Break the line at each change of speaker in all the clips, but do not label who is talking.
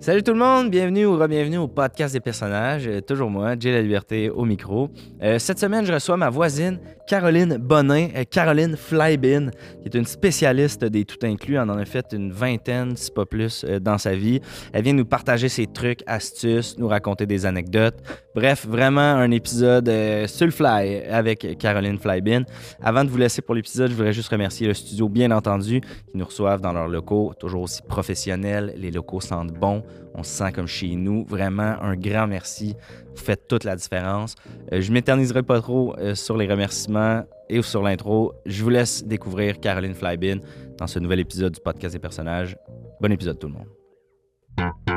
Salut tout le monde, bienvenue ou re-bienvenue au podcast des personnages. Euh, toujours moi, Jay La Liberté au micro. Euh, cette semaine, je reçois ma voisine Caroline Bonin, euh, Caroline Flybin, qui est une spécialiste des tout inclus. Elle en a fait une vingtaine, si pas plus, euh, dans sa vie. Elle vient nous partager ses trucs, astuces, nous raconter des anecdotes. Bref, vraiment un épisode euh, sur le fly avec Caroline Flybin. Avant de vous laisser pour l'épisode, je voudrais juste remercier le studio, bien entendu, qui nous reçoivent dans leurs locaux, toujours aussi professionnels. Les locaux sentent bon. On se sent comme chez nous. Vraiment, un grand merci. Vous faites toute la différence. Euh, je m'éterniserai pas trop euh, sur les remerciements et sur l'intro. Je vous laisse découvrir Caroline Flybin dans ce nouvel épisode du podcast des personnages. Bon épisode, tout le monde.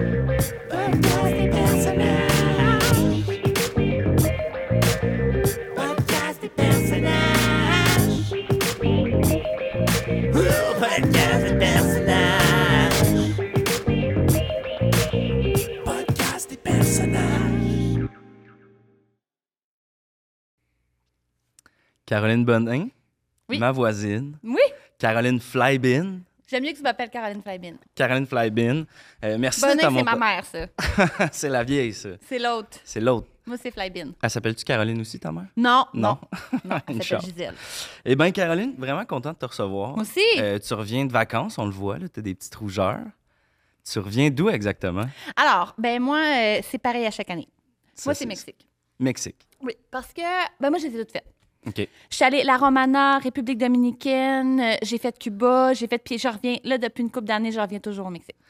Podcast des personnages. Podcast des personnages. Ouh, Podcast des personnages. Podcast des personnages.
Caroline Bonin,
Oui.
ma voisine.
Oui,
Caroline Flybin.
j'aime mieux que tu m'appelles Caroline Flybin.
Caroline Flybin. Euh, merci
Bonnet,
d'être à mon
c'est ma
po-
mère, ça.
c'est la vieille, ça.
C'est l'autre.
C'est l'autre.
Moi, c'est Flybin.
Elle s'appelle-tu Caroline aussi, ta mère?
Non,
Non.
non. Non,
Une
elle
chance.
s'appelle Gisèle.
Eh bien, Caroline, vraiment content de te recevoir.
Moi aussi.
Euh, tu reviens de vacances, on le voit, tu as des petites rougeurs. Tu reviens d'où exactement?
Alors, ben moi, euh, c'est pareil à chaque année.
Ça,
Moi, c'est Mexique.
Mexique.
Oui, parce que, ben moi, je les ai toutes faites.
OK.
Je suis allée la Romana, République dominicaine, euh, j'ai fait Cuba, j'ai fait, puis je reviens, là, depuis une couple d'années, je reviens toujours au Mexique.
Euh.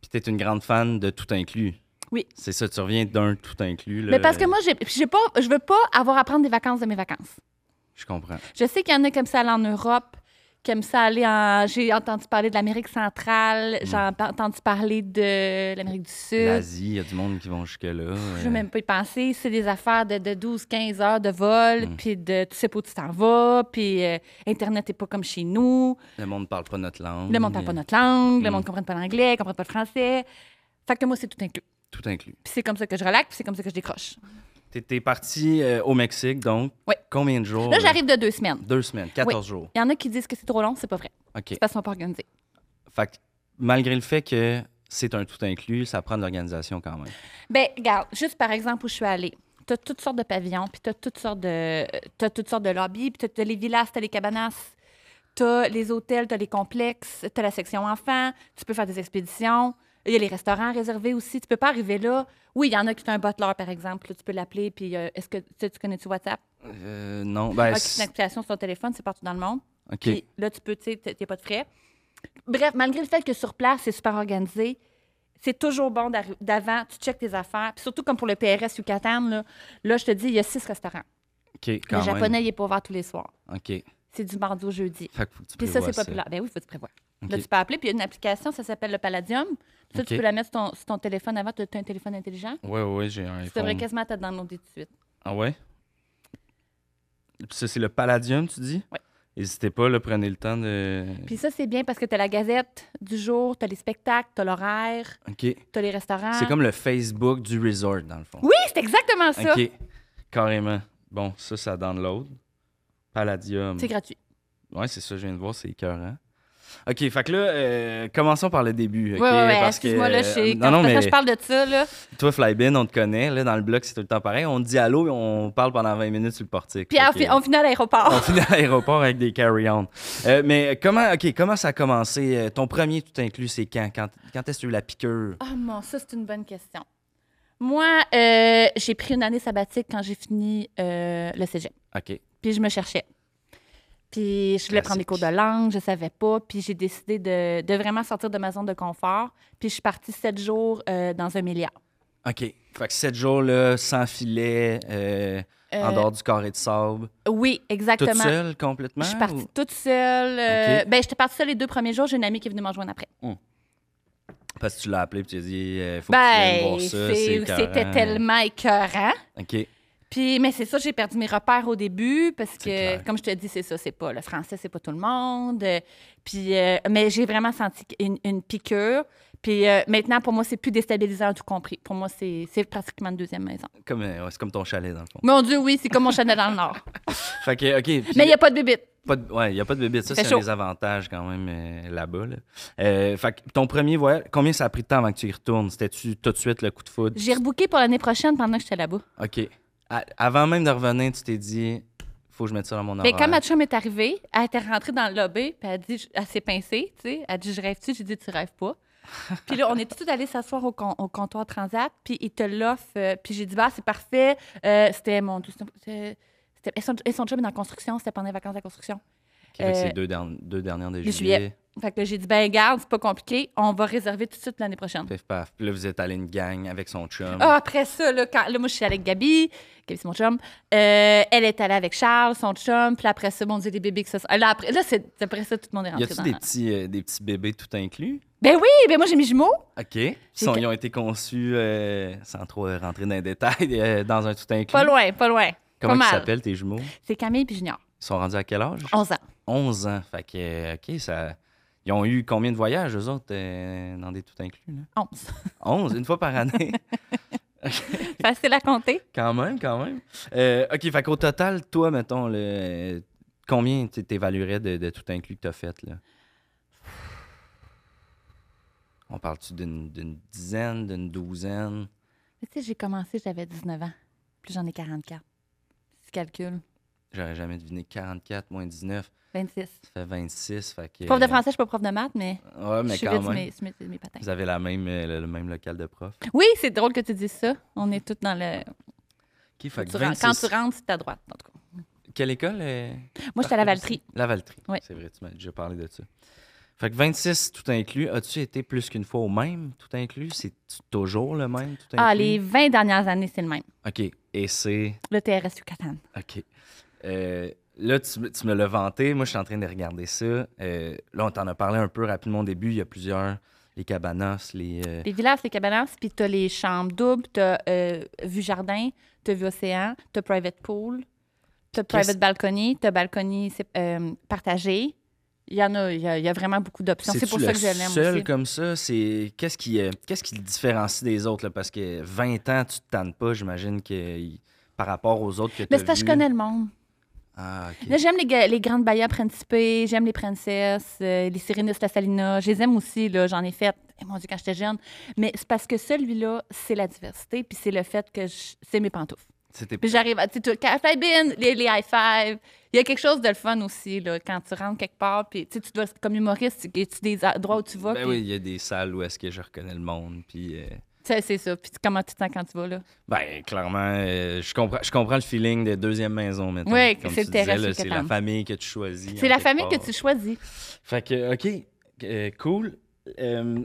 Puis tu es une grande fan de tout inclus.
Oui.
C'est ça, tu reviens d'un tout inclus. là.
Mais parce que moi, j'ai- j'ai pas, je veux pas avoir à prendre des vacances de mes vacances.
Je comprends.
Je sais qu'il y en a comme ça aller en Europe, comme ça aller en. J'ai entendu parler de l'Amérique centrale, j'ai empa- entendu parler de l'Amérique du Sud.
L'Asie, il y a du monde qui vont jusque-là.
euh, Je
euh,
veux même pas y penser. C'est des affaires de, de 12-15 heures de vol, puis de tu sais pas où tu t'en vas, puis euh, Internet n'est pas comme chez nous,
Le monde parle pas notre langue.
le monde parle pas notre langue, le monde comprend pas l'anglais, comprend pas le français. Fait que moi, c'est tout inclus.
Tout inclus.
Puis c'est comme ça que je relaxe, puis c'est comme ça que je décroche.
Tu es, parti euh, au Mexique, donc.
Oui.
Combien de jours?
Là, j'arrive de deux semaines.
Deux semaines, 14 jours.
Il y en a qui disent que c'est trop long, c'est pas vrai.
OK.
C'est parce qu'ils sont pas organisés.
Fait que, malgré le fait que c'est un tout inclus, ça prend de l'organisation quand même.
Ben, regarde, juste par exemple où je suis allée. T'as toutes sortes de pavillons, puis t'as toutes sortes de, t'as toutes sortes de lobbies, puis t'as- t'as les villas, t'as les cabanas, t'as les hôtels, t'as les complexes, t'as la section enfants, tu peux faire des expéditions. Il y a les restaurants réservés aussi. Tu peux pas arriver là. Oui, il y en a qui ont un butler, par exemple. là, tu peux l'appeler, puis euh, est-ce que tu, sais, tu connais-tu WhatsApp?
Euh, non, ben.
Ok, c'est
c'est-
une application sur ton téléphone, c'est partout dans le monde.
OK.
Puis là, tu peux, tu sais, t'as- y a pas de frais. Bref, malgré le fait que sur place, c'est super organisé, c'est toujours bon d'arri- d'avant, tu checkes tes affaires. Puis surtout comme pour le PRS Yucatan, là, là je te dis, il y a six restaurants.
OK, quand
le
même.
japonais, il est pas ouvert tous les soirs.
OK.
C'est du mardi au jeudi.
Fait que faut que tu
Puis ça,
prévois
c'est populaire. Ben oui, il faut se prévoir. Là,
OK.
tu peux appeler, puis il y a une application, ça s'appelle le Palladium. Ça, tu
OK.
peux la mettre sur ton, sur ton téléphone avant. Tu as un téléphone intelligent.
Ouais, ouais, j'ai un
Tu devrais
iPhone.
quasiment te downloader tout de suite.
Ah ouais? Puis ça, c'est le palladium, tu dis?
Ouais.
N'hésitez pas, là, prenez le temps de.
Puis ça, c'est bien parce que tu as la gazette du jour, tu as les spectacles, tu as l'horaire,
OK.
tu as les restaurants.
C'est comme le Facebook du resort, dans le fond.
Ah. Oui, c'est exactement ça.
OK. Carrément. Bon, ça, ça download. Palladium.
C'est gratuit.
Ouais, c'est ça, je viens de voir, c'est écœurant. OK, fait que là, euh, commençons par le début. OK?
Oui, oui, ouais,
Parce que,
excuse-moi, là, je
euh,
sais.
Non, non,
parce que
mais
je parle de ça, là.
toi, Flybin, on te connaît. Là, dans le bloc, c'est tout le temps pareil. On te dit allô et on parle pendant 20 minutes sur le portique.
Puis on
Fait que-
fi- on finit à
On
l'aéroport.
finit à l'aéroport avec des carry-on. Euh, mais comment, OK, comment ça a commencé? Euh, Ton premier tout inclus, c'est quand? Quand, quand est-ce que tu as eu la piqûre?
Ah, mon, ça, c'est une bonne question. Moi, euh, j'ai pris une année sabbatique quand j'ai fini euh, le cégep.
OK.
Puis je me cherchais. Puis je voulais prendre des cours de langue, je savais pas. Puis j'ai décidé de, de vraiment sortir de ma zone de confort. Puis je suis partie sept jours euh, dans un milliard.
OK. Fait que sept jours, là, sans filet, euh, en
Euh,
dehors du carré de sable,
Oui,
toute
exactement.
seule complètement?
Je suis
ou-
partie toute seule. euh,
OK.
Ben, j'étais partie seule les deux premiers jours. J'ai une amie qui est venue m'en joindre après.
Parce que tu l'as appelé et tu as dit, euh, faut que tu viennes
Ben,
voir ça.
c'est-
c'est
c'était
écœurant.
tellement écœurant.
OK.
Puis, mais c'est ça, j'ai perdu mes repères au début parce
clair.
que, comme je te dis, c'est ça, c'est pas le français, c'est pas tout le monde. Euh, Puis, euh, mais j'ai vraiment senti une, une piqûre. Puis euh, maintenant, pour moi, c'est plus déstabilisant tout compris. Pour moi, c'est c'est pratiquement une deuxième maison.
Comme, euh, ouais, c'est comme ton chalet, dans le fond.
Mon Dieu, oui, c'est comme mon chalet dans le Nord.
Fait que, OK. puis-
Mais il n'y a pas de bébite.
Pas de- ouais, il n'y a pas de bébé. Ça,
Fait
c'est un
chaud.
des avantages quand même euh, là-bas. là. Euh, fait que ton premier voyage, combien ça a pris de temps avant que tu y retournes? C'était-tu tout de suite le coup de foudre?
J'ai rebooké pour l'année prochaine pendant que j'étais là-bas.
OK. À- avant même de revenir, tu t'es dit, faut que je mette ça dans mon
Mais
horaire.
quand ma chum est arrivée, elle était rentrée dans le lobby, puis elle, dit, elle s'est pincée, tu sais. Elle dit Je rêve-tu J'ai dit Tu rêves pas. puis là, on est tout de suite allés s'asseoir au, com- au comptoir Transat, puis ils te l'offrent. euh, puis j'ai dit Bah, c'est parfait. Euh, c'était mon. c'était- c'était- Et son, et son chum est dans la construction, c'était pendant les vacances de la construction.
Ok, fait que c'est
euh,
deux, derni- deux dernières de
le
juillet.
juillet. Fait que là, j'ai dit Ben, garde, c'est pas compliqué, on va réserver tout de suite l'année prochaine.
Pif paf. Puis là, vous êtes allé une gang avec son chum.
Ah, après ça, là, quand, là, moi, je suis allée avec Gabi. Gabi, c'est mon chum. Euh, elle est allée avec Charles, son chum. Puis après ça, mon Dieu, les bébés que ça... Là, après, là c'est après ça, tout le monde est
y
rentré
a-tu
dans
des
la-
petits, euh, des petits bébés tout inclus?
Ben oui, ben moi, j'ai mes jumeaux.
OK. Ils, sont-
que-
ils ont été conçus, euh, sans trop euh, rentrer dans les détails, euh, dans un tout inclus.
Pas loin, pas loin.
Comment
pas
ils
mal.
s'appellent tes jumeaux?
C'est Camille puis Junior.
Ils sont rendus à quel âge?
11 ans.
11 ans. Fait que, euh, OK, ça. Ils ont eu combien de voyages, eux autres, euh, dans des tout inclus? Là?
11.
11, une fois par année.
Facile à compter.
quand même, quand même. Euh, OK, fait qu'au total, toi, mettons, là, euh, combien tu t'évaluerais de, de tout inclus que t'as fait, là? On parle-tu d'une d'une dizaine, d'une douzaine?
Mais tu sais, j'ai commencé, j'avais 19 ans. Puis j'en ai 44. Si tu calcules,
J'aurais jamais deviné 44 moins 19,
26.
ça fait 26. Fait que, euh,
Prof de français, je suis pas prof de maths, mais,
Ouais, euh, mais
je suis
quand
vite sur
même.
mes, sur mes, sur mes patins.
Vous avez la même, euh, le, le même local de prof.
Oui, c'est drôle que tu dises ça. On est toutes dans le.
OK, fait que
tu rentres- Quand
26.
tu rentres, c'est à droite, en tout cas.
Quelle école? euh,
Moi, j'étais à la Valtrie.
La Valtrie.
Oui.
C'est vrai, tu m'as déjà parlé de ça. Fait que 26 tout inclus, as-tu été plus qu'une fois au même tout inclus? C'est toujours le même tout inclus?
Ah, les 20 dernières années, c'est le même.
OK. Et c'est.
Le TRS Yucatan.
OK. Euh, là, tu, me- tu me l'as vanté. Moi, je suis en train de regarder ça. Euh, là, on t'en a parlé un peu rapidement au début. Il y a plusieurs. Les cabanas, les. euh,
Les villages, les cabanas, puis t'as les chambres doubles, t'as euh, vue jardin, t'as vue océan, t'as private pool,
qu'est-ce-
t'as private balcony, t'as balcony c'est- euh, partagé. Il y en a, il y a, il y a vraiment beaucoup d'options. C'est
C'est-tu
pour ça
le
que je l'aime
seul
aussi.
comme ça, c'est qu'est-ce qui, euh, qu'est-ce qui le différencie des autres là? Parce que 20 ans, tu te tannes pas, j'imagine que il- par rapport aux autres que tu
Mais c'est parce que je connais le monde.
Ah, ok.
Là, j'aime les, ga- les grandes baillas principées, j'aime les princesses, euh, les Cyrinus, la Salina. Je les aime aussi, là, j'en ai fait, eh, mon Dieu, quand j'étais jeune. Mais c'est parce que celui-là, c'est la diversité, puis c'est le fait que je- c'est mes pantoufles.
C'était
Puis j'arrive à, tu sais, tout- quand- high bin, les, les high five. Il y a quelque chose de le fun aussi, là, quand tu rentres quelque part, puis tu sais, tu dois, comme humoriste, tu tu des endroits où tu vas,
Ben
puis
oui, il y a des salles où est-ce que je reconnais le monde, puis. euh,
tu sais, c'est ça. Puis tu- comment tu te sens quand tu vas, là?
Ben, clairement, euh, je, comprends, je comprends le feeling des deuxièmes maisons maintenant.
Ouais,
Comme
c'est
tu
le terrain
disais, là,
sur
C'est
le
la
Catan.
famille que tu choisis. en
C'est la
quelque
famille
part.
que tu choisis.
Fait que, OK, euh, cool. Euh,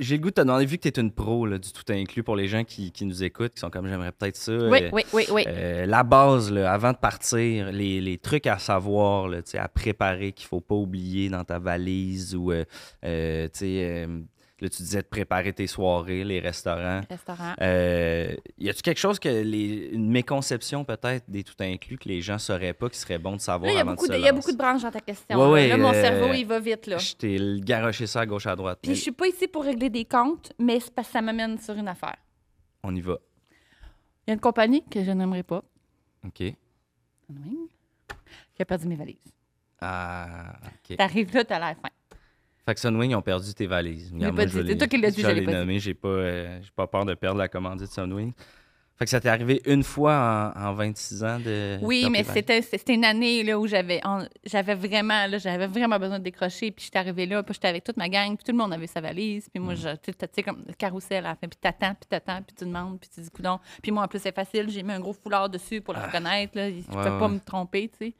J'ai le goût de te demander, vu que tu es une pro là, du tout inclus pour les gens qui, qui nous écoutent, qui sont comme j'aimerais peut-être ça.
Oui,
euh,
oui, oui, oui.
euh, la base, là, avant de partir, les, les trucs à savoir, là, tu sais, à préparer qu'il faut pas oublier dans ta valise ou euh, euh, tu sais, euh, là, tu disais de préparer tes soirées, les restaurants.
Restaurant.
Euh, y a-tu quelque chose que les, une méconception peut-être des tout inclus que les gens sauraient pas, qui serait bon de savoir
Là, il y, a
avant
beaucoup
de
de,
se
il y a
lancer?
beaucoup de branches dans ta question.
Ouais,
là.
ouais,
là, mon
euh,
cerveau, il va vite, là.
Je t'ai garoché ça à gauche à droite.
Puis
mais
je suis pas ici pour régler des comptes, mais c'est parce que ça m'amène sur une affaire.
On y va.
Il y a une compagnie que je n'aimerais pas,
OK.
qui a perdu mes valises.
Ah, OK.
T'arrives là, t'as l'air faim.
Fait que Sunwing, ils ont perdu tes valises. Regarde,
pas
moi, je
dit.
vais
C'est
les-
toi qui l'as dit,
Je
je l'ai
l'ai
pas dit.
nommé. J'ai pas, euh, j'ai pas peur de perdre la commandite Sunwing. Fait que ça t'est arrivé une fois en, en 26 ans de.
Oui,
perdre
mais
tes valises.
c'était c'était une année là, où j'avais en- j'avais vraiment là, j'avais vraiment besoin de décrocher. Puis j'étais arrivée là, puis j'étais avec toute ma gang, puis tout le monde avait sa valise. Puis moi,
Mm.
je- tu sais, tu sais, comme le carrousel à la fin, puis t'attends, puis t'attends, puis tu demandes, puis tu dis coudon. Puis moi, en plus, c'est facile, j'ai mis un gros foulard dessus pour le reconnaître. Là. Je
Ah. Ouais,
peux pas
ouais.
me tromper, tu sais.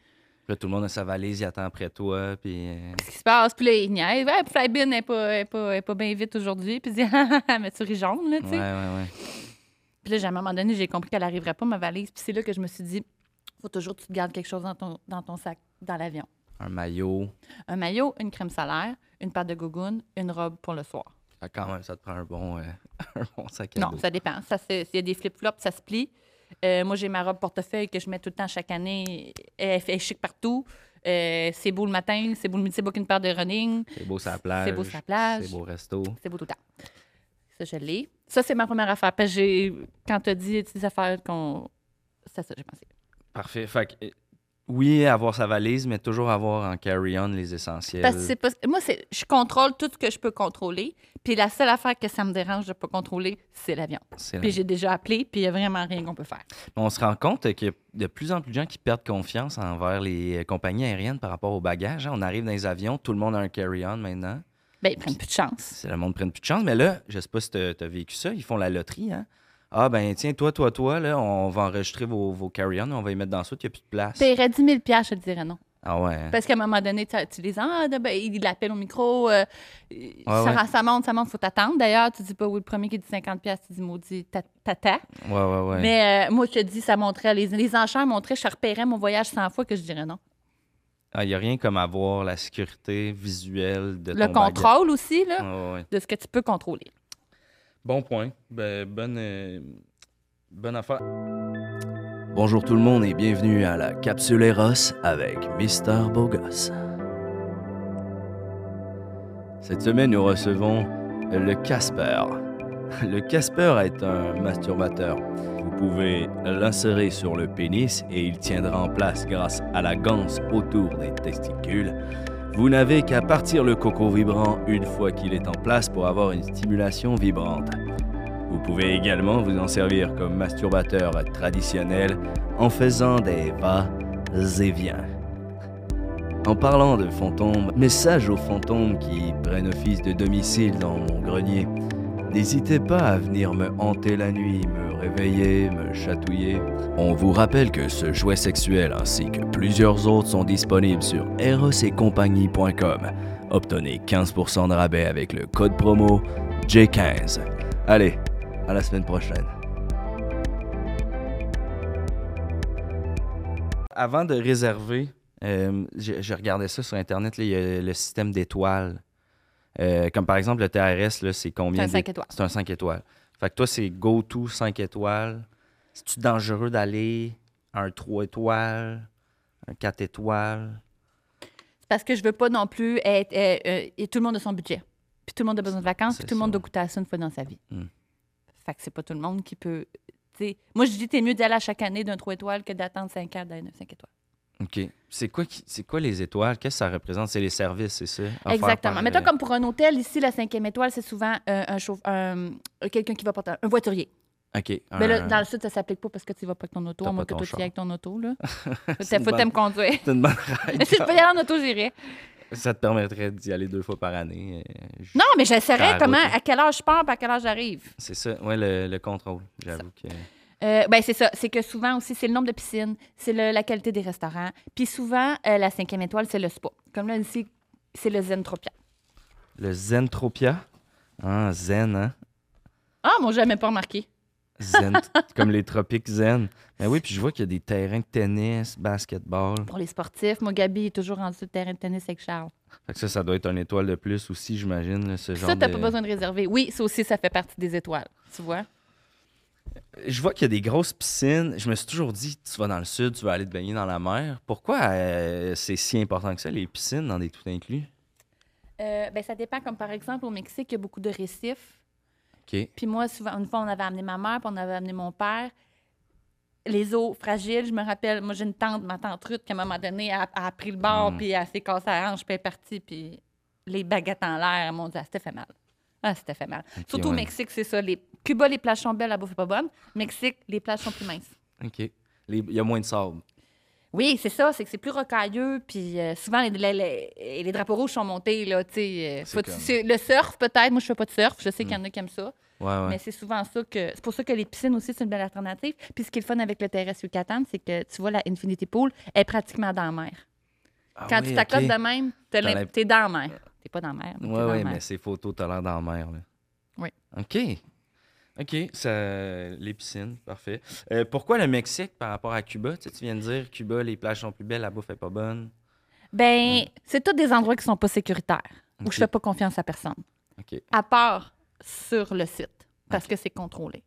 Là, tout le monde a sa valise, il attend après toi. Puis. euh,
Qu'est-ce qui se passe? Puis là, il niaise. Ouais, Flybin n'est pas, elle est pas, elle est pas bien vite aujourd'hui. Puis il dit, ah, ah, ah, mais tu ris jaune, là, tu
Ouais,
sais.
ouais, ouais.
Puis là, j'ai- à un moment donné, j'ai compris qu'elle n'arriverait pas, ma valise. Puis c'est là que je me suis dit, faut toujours que tu te gardes quelque chose dans ton, dans ton sac, dans l'avion.
Un maillot.
Un maillot, une crème solaire, une paire de gougounes, une robe pour le soir.
Fait que quand même, ça te prend un bon, euh, un bon sac à
Non,
dos.
ça dépend. Ça, c'est- S'il y a des flip-flops, ça se plie. Euh, moi, j'ai ma robe portefeuille que je mets tout le temps chaque année. Elle fait chic partout. Euh, c'est beau le matin, c'est beau le midi, c'est beau qu'une paire de running.
C'est beau sa plage.
C'est beau sur la plage.
C'est beau resto.
C'est beau tout le temps. Ça, je l'ai. Ça, c'est ma première affaire. Parce que j'ai- quand tu as dit des affaires qu'on. C'est à ça, que j'ai pensé.
Parfait. Fait que, euh, oui, avoir sa valise, mais toujours avoir en carry-on les essentiels.
Parce que c'est pas... Moi, c'est... je contrôle tout ce que je peux contrôler. Puis la seule affaire que ça me dérange de pas contrôler, c'est l'avion.
C'est
Puis j'ai déjà appelé, puis il n'y a vraiment rien qu'on peut faire.
On se rend compte qu'il y a de plus en plus de gens qui perdent confiance envers les euh, compagnies aériennes par rapport aux bagages. hein. On arrive dans les avions, tout le monde a un carry-on maintenant.
Ben, ils prennent plus de chance.
C'est le monde prenne plus de chance. Mais là, je sais pas si tu as vécu ça, ils font la loterie. Hein? Ah, ben tiens, toi, toi, toi, là, on va enregistrer vos, vos carry-on, on va les mettre dans ça, il n'y a plus de place.
Paierais 10 000 je te dirais non.
Ah ouais. hein?
Parce qu'à un moment donné, tu, tu les as, ah, ben, il l'appelle au micro, euh, ça,
ouais.
ça monte, ça monte, faut t'attendre. D'ailleurs, tu dis pas oui, le premier qui dit 50 tu dis maudit, ta- tata.
Ouais, ouais, ouais.
Mais euh, moi, je te dis, ça montrait, les, les enchères montraient, je repérais mon voyage 100 fois que je dirais non.
Ah, Il n'y a rien comme avoir la sécurité visuelle de
Le
ton bagage.
contrôle aussi, là,
Ouais, ouais.
de ce que tu peux contrôler.
Bon point. Ben, bonne, euh, bonne affaire. Bonjour tout le monde et bienvenue à la Capsule Eros avec Mister Bogos. Cette semaine, nous recevons le Casper. Le Casper est un masturbateur. Vous pouvez l'insérer sur le pénis et il tiendra en place grâce à la ganse autour des testicules. Vous n'avez qu'à partir le coco vibrant une fois qu'il est en place pour avoir une stimulation vibrante. Vous pouvez également vous en servir comme masturbateur traditionnel en faisant des va et viens. En parlant de fantômes, message aux fantômes qui prennent office de domicile dans mon grenier. N'hésitez pas à venir me hanter la nuit, me réveiller, me chatouiller. On vous rappelle que ce jouet sexuel ainsi que plusieurs autres sont disponibles sur erosetcompagnie.com. Obtenez 15% de rabais avec le code promo J15. Allez, à la semaine prochaine. Avant de réserver, euh, je, je regardais ça sur Internet, là, il y a le système d'étoiles. Euh, comme par exemple le TRS, là, c'est
C'est
combien
un
d'étoiles?
5 étoiles.
C'est un 5 étoiles. Fait que toi, c'est go-to 5 étoiles. C'est-tu dangereux d'aller à un 3 étoiles, un 4 étoiles?
C'est parce que je veux pas non plus être. euh, euh, et tout le monde a son budget. Puis tout le monde a besoin de vacances,
C'est
puis tout le monde
ça.
doit goûter à ça une fois dans sa vie.
Hmm.
Fait que c'est pas tout le monde qui peut. tu sais. moi, je dis t'es mieux d'aller à chaque année d'un 3 étoiles que d'attendre 5 ans d'un 5 étoiles.
OK. C'est quoi, qui- c'est quoi les étoiles? Qu'est-ce que ça représente? C'est les services, c'est ça? offerts
Exactement.
par,
Mettons
euh,
comme pour un hôtel, ici, la cinquième étoile, c'est souvent euh, un, chauffe- un- euh, quelqu'un qui va porter un, un voiturier.
OK. un-
Mais là, dans le sud, ça s'applique pas parce que tu vas pas avec ton auto,
T'as
à moins
pas
que
ton
toi tu
char.
y ailles avec ton auto. Là. Faut
C'est une
faut t'aimes conduire.
c'est une bonne ride.
si je peux y aller en auto, j'irai.
Ça te permettrait d'y aller deux fois par année. euh, je-
Non, mais
Faire
j'essaierai
la
comment,
route, là.
à quelle heure je pars, puis à quelle heure j'arrive.
C'est ça, ouais, le, le contrôle, j'avoue que...
Euh, ben c'est ça. C'est que souvent aussi, c'est le nombre de piscines, c'est le- la qualité des restaurants. Puis souvent, euh, la cinquième étoile, c'est le spa. Comme là, ici, c'est le Zentropia.
Le Zentropia. Ah, zen, hein?
Ah, moi, jamais pas remarqué.
Zen, comme les tropiques zen. Mais oui, puis je vois qu'il y a des terrains de tennis, basketball.
Pour les sportifs, moi, Gabi est toujours rendu sur le terrain de tennis avec Charles.
Fait que ça, ça doit être une étoile de plus aussi, j'imagine, là, ce genre
Ça, t'as
de...
pas besoin de réserver. Oui, ça aussi, ça fait partie des étoiles. Tu vois?
Je vois qu'il y a des grosses piscines. Je me suis toujours dit, tu vas dans le sud, tu vas aller te baigner dans la mer. Pourquoi euh, c'est si important que ça, les piscines dans des tout inclus?
Euh, ben, ça dépend. Comme par exemple, au Mexique, il y a beaucoup de récifs.
OK.
Puis moi, souvent, une fois, on avait amené ma mère, puis on avait amené mon père. Les eaux fragiles, je me rappelle, moi, j'ai une tante, ma tante Ruth, qui à un moment donné, elle a, elle a pris le bord,
Mm.
puis elle s'est cassée la hanche, puis elle est partie, puis les baguettes en l'air, mon Dieu, c'était fait mal. Ah, c'était fait mal. Surtout au
ouais.
Mexique, c'est ça. Les... Cuba, les plages sont belles, la bouffe est pas bonne. Mexique, les plages sont plus minces.
OK. Les- Il y a moins de sable.
Oui, c'est ça, c'est que c'est plus rocailleux, puis euh, souvent les, les- les- les drapeaux rouges sont montés, là, tu sais. euh,
C'est
faut-
comme- Mm.
c'est- Le surf, peut-être, moi je fais pas de surf, je sais qu'il y en a qui aiment ça,
Ouais, ouais.
mais c'est souvent ça que. C'est pour ça que les piscines aussi, c'est une belle alternative. Puis ce qui est le fun avec le terrasse Yucatan, c'est que tu vois, la Infinity Pool est pratiquement dans la mer.
Ah
Quand
oui,
tu
OK.
t'accotes de même, t'as
T'as
l'im-
l'im-
t'es dans la mer. T'es pas dans la mer, mais t'es
Ouais,
dans
ouais,
la mer.
mais ces photos, t'as l'air dans la mer. Là.
Oui.
OK. OK, ça, les piscines, parfait. Euh, pourquoi le Mexique par rapport à Cuba? Tu, sais, tu viens de dire, Cuba, les plages sont plus belles, la bouffe est pas bonne.
Ben, c'est tous des endroits qui sont pas sécuritaires, où
Ok.
je fais pas confiance à personne,
OK.
à part sur le site, parce que c'est contrôlé.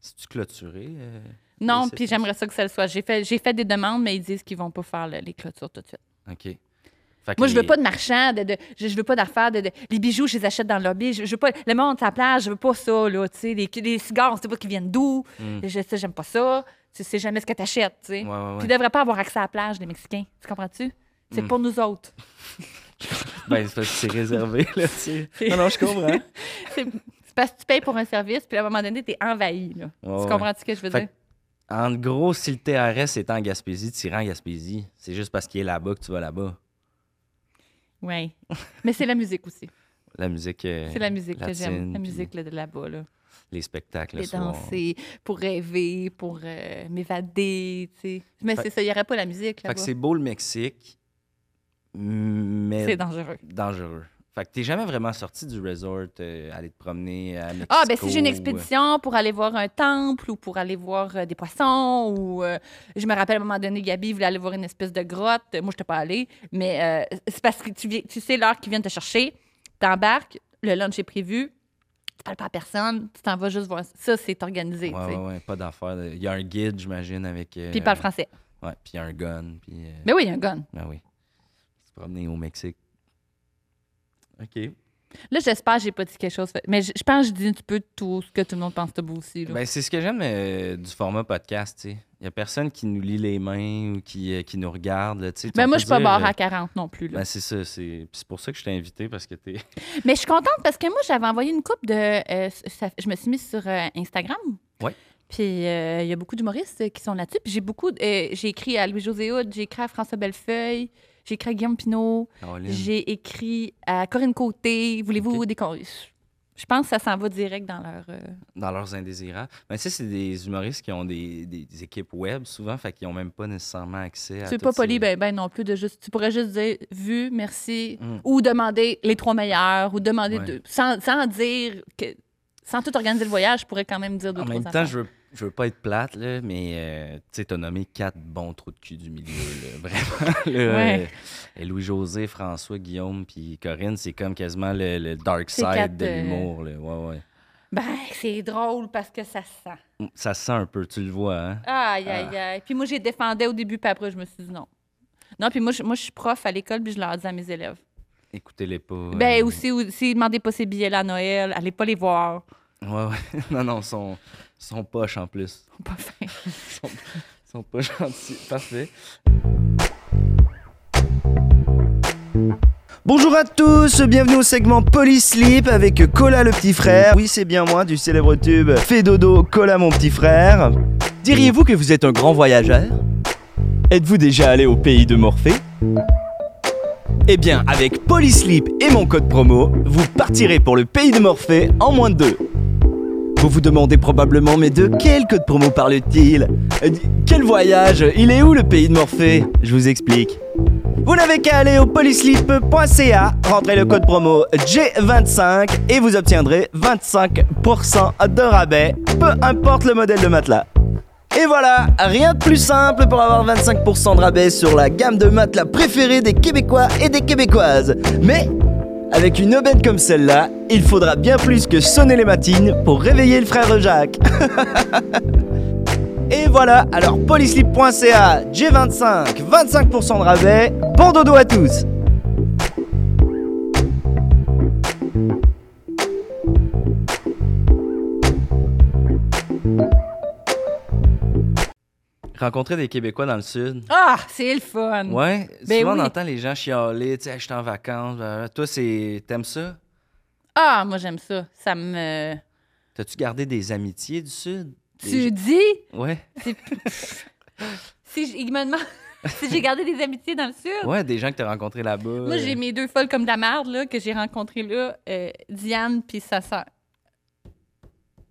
C'est-tu clôturé? euh?
Non,
c'est-
puis j'aimerais ça que ça le soit. J'ai fait, j'ai fait des demandes, mais ils disent qu'ils vont pas faire le- les clôtures tout de suite.
OK. Fait que
Moi, je veux
les-
pas de marchands, de, de- je, je veux pas d'affaires. De, de- les bijoux, je les achète dans le lobby. Je, je veux pas le monde, sa plage, je veux pas ça. Là, tu sais, les, les cigares, on sait pas qu'ils viennent d'où.
Mm.
Je sais, j'aime pas ça. Tu sais jamais ce que t'achètes, tu sais.
Ouais, ouais, ouais.
Puis ils devraient pas avoir accès à la plage, les Mexicains. Tu comprends-tu? C'est
Mm.
pour nous autres.
Ben, c'est parce que c'est réservé, là, tu sais. Non, non, je comprends.
C'est c'est parce que tu payes pour un service, puis à un moment donné, t'es envahi, là.
Ouais,
tu
ouais.
comprends-tu ce que je veux
Fait
dire?
En gros, si le TRS est en Gaspésie, tu iras en Gaspésie. C'est juste parce qu'il est là-bas que tu vas là-bas.
Oui. Mais c'est la musique aussi.
La musique. euh,
C'est la musique que j'aime.
latine,
La
puis
musique là, de là-bas, là.
Les spectacles, le
Les
soir.
danser, pour rêver, pour euh, m'évader, tu sais. Mais
Fait-
c'est ça, il n'y aurait pas la musique
Fait que
là-bas.
c'est beau le Mexique, mais
C'est dangereux.
dangereux. Fait que t'es jamais vraiment sorti du resort, euh, aller te promener à Mexico. euh,
Ah, ben si j'ai une expédition pour aller voir un temple ou pour aller voir euh, des poissons ou... euh, je me rappelle, à un moment donné, Gabi voulait aller voir une espèce de grotte. Moi, je pas allée. Mais euh, c'est parce que tu, vi- tu sais l'heure qu'ils viennent te chercher. T'embarques, le lunch est prévu. Tu parles pas à personne. Tu t'en vas juste voir. Ça, c'est organisé,
Ouais,
tu sais.
ouais, ouais, pas d'affaires. Il y a un guide, j'imagine, avec. euh,
Puis il parle français.
Ouais, puis il y a un gun, puis. euh,
Mais oui, il y a un gun.
Ah oui. Se promener au Mexique. OK.
Là, j'espère que j'ai pas dit quelque chose. Mais je, je pense que je dis un petit peu tout ce que tout le monde pense de beau aussi. là.
Ben, c'est ce que j'aime euh, du format podcast, tu sais. Il n'y a personne qui nous lit les mains ou qui, euh, qui nous regarde. Là, tu sais.
mais
On
Ben, moi,
peut
je suis pas
dire,
barre
euh,
à 40 non plus. là.
Ben, c'est ça. C'est puis c'est pour ça que je t'ai invité parce que t'es.
Mais je suis contente parce que moi, j'avais envoyé une coupe de. euh, ça- je me suis mise sur euh, Instagram.
Ouais.
Puis euh, il y a beaucoup d'humoristes euh, qui sont là-dessus. Puis j'ai beaucoup. de- euh, j'ai écrit à Louis-José Hood, j'ai écrit à François Bellefeuille, j'ai écrit à Guillaume Pinot,
Caroline.
j'ai écrit à Corinne Côté. Voulez-vous
Ok.
des. con- Je pense que ça s'en va direct dans leur. euh,
dans leurs indésirables. Mais ça, c'est des humoristes qui ont des, des- des équipes web souvent, fait qu'ils n'ont même pas nécessairement accès à.
C'est
toutes
pas
ces-
poli, ben, ben non plus. De juste, tu pourrais juste dire vu, merci,
Mm.
ou demander les trois meilleurs, ou demander
Ouais.
deux. Sans, sans dire que. Sans tout organiser le voyage, je pourrais quand même dire deux,
En
trois
même
affaires.
temps, je veux, je veux pas être plate, là, mais euh, tu sais, t'as nommé quatre bons trous de cul du milieu, là, vraiment. là,
Ouais.
euh, et Louis-José, François, Guillaume, puis Corinne, c'est comme quasiment le, le dark
C'est
side
quatre,
de
euh,
l'humour. là. Ouais, ouais.
Ben, c'est drôle parce que ça se sent.
Mm, Ça se sent un peu, tu le vois, hein?
Aïe,
Ah.
aïe, aïe. Puis moi, j'ai défendais au début, puis après, je me suis dit non. Non, puis moi, je, moi, je suis prof à l'école, puis je leur dis à mes élèves.
Écoutez-les pas. euh,
Ben, aussi, aussi, demandez pas ces billets-là à Noël, allez pas les voir.
Ouais, ouais. non, non, sont, sont poches en plus.
Ils ont pas faim.
sont, sont pas gentils. Parfait. Bonjour à tous, bienvenue au segment Polysleep avec Cola le petit frère. Oui, c'est bien moi du célèbre tube Fais dodo, Cola mon petit frère.
Diriez-vous que vous êtes un grand voyageur Êtes-vous déjà allé au pays de Morphée Eh bien, avec Polyslip et mon code promo, vous partirez pour le pays de Morphée en moins de deux. Vous vous demandez probablement, mais de quel code promo parle-t-il Euh, di- Quel voyage Il est où le pays de Morphée Je vous explique. Vous n'avez qu'à aller au polyslip.ca, rentrez le code promo G25 et vous obtiendrez 25% de rabais, peu importe le modèle de matelas. Et voilà, rien de plus simple pour avoir 25% de rabais sur la gamme de matelas préférée des Québécois et des Québécoises. Mais avec une aubaine comme celle-là, il faudra bien plus que sonner les matines pour réveiller le frère Jacques. et voilà, alors polyslip.ca, G25, 25% de rabais, bon dodo à tous
Rencontrer des Québécois dans le Sud.
Ah, c'est le fun.
Ouais,
Ben
souvent
oui.
on entend les gens chialer, tu sais, Hey, je suis en vacances. blablabla. Toi, c'est. T'aimes ça?
Ah, moi, j'aime ça. Ça me.
T'as-tu gardé des amitiés du Sud? Des
Tu
gens-
dis?
Ouais.
Si j- il me demande si j'ai gardé des amitiés dans le Sud.
Ouais, des gens que t'as rencontrés là-bas.
Moi, j'ai mes deux folles comme de la merde là, que j'ai rencontrées là, euh, Diane puis sa sœur.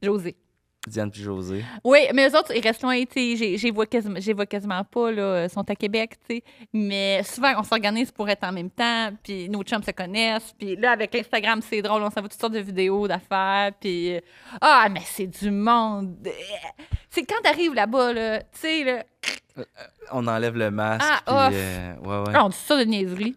Josée.
Diane puis José.
Oui, mais eux autres, ils restent loin, tu sais. j'ai- J'ai vois quasiment, j'ai vois quasiment pas, là. Ils sont à Québec, tu sais. Mais souvent, on s'organise pour être en même temps, puis nos chums se connaissent. Puis là, avec Instagram, c'est drôle, on s'envoie toutes sortes de vidéos d'affaires, puis... euh, Ah, mais c'est du monde! C'est quand t'arrives là-bas, là, tu sais, là...
On enlève le masque.
Ah,
puis,
off.
euh, ouais, ouais.
Ah, on dit ça de niaiserie.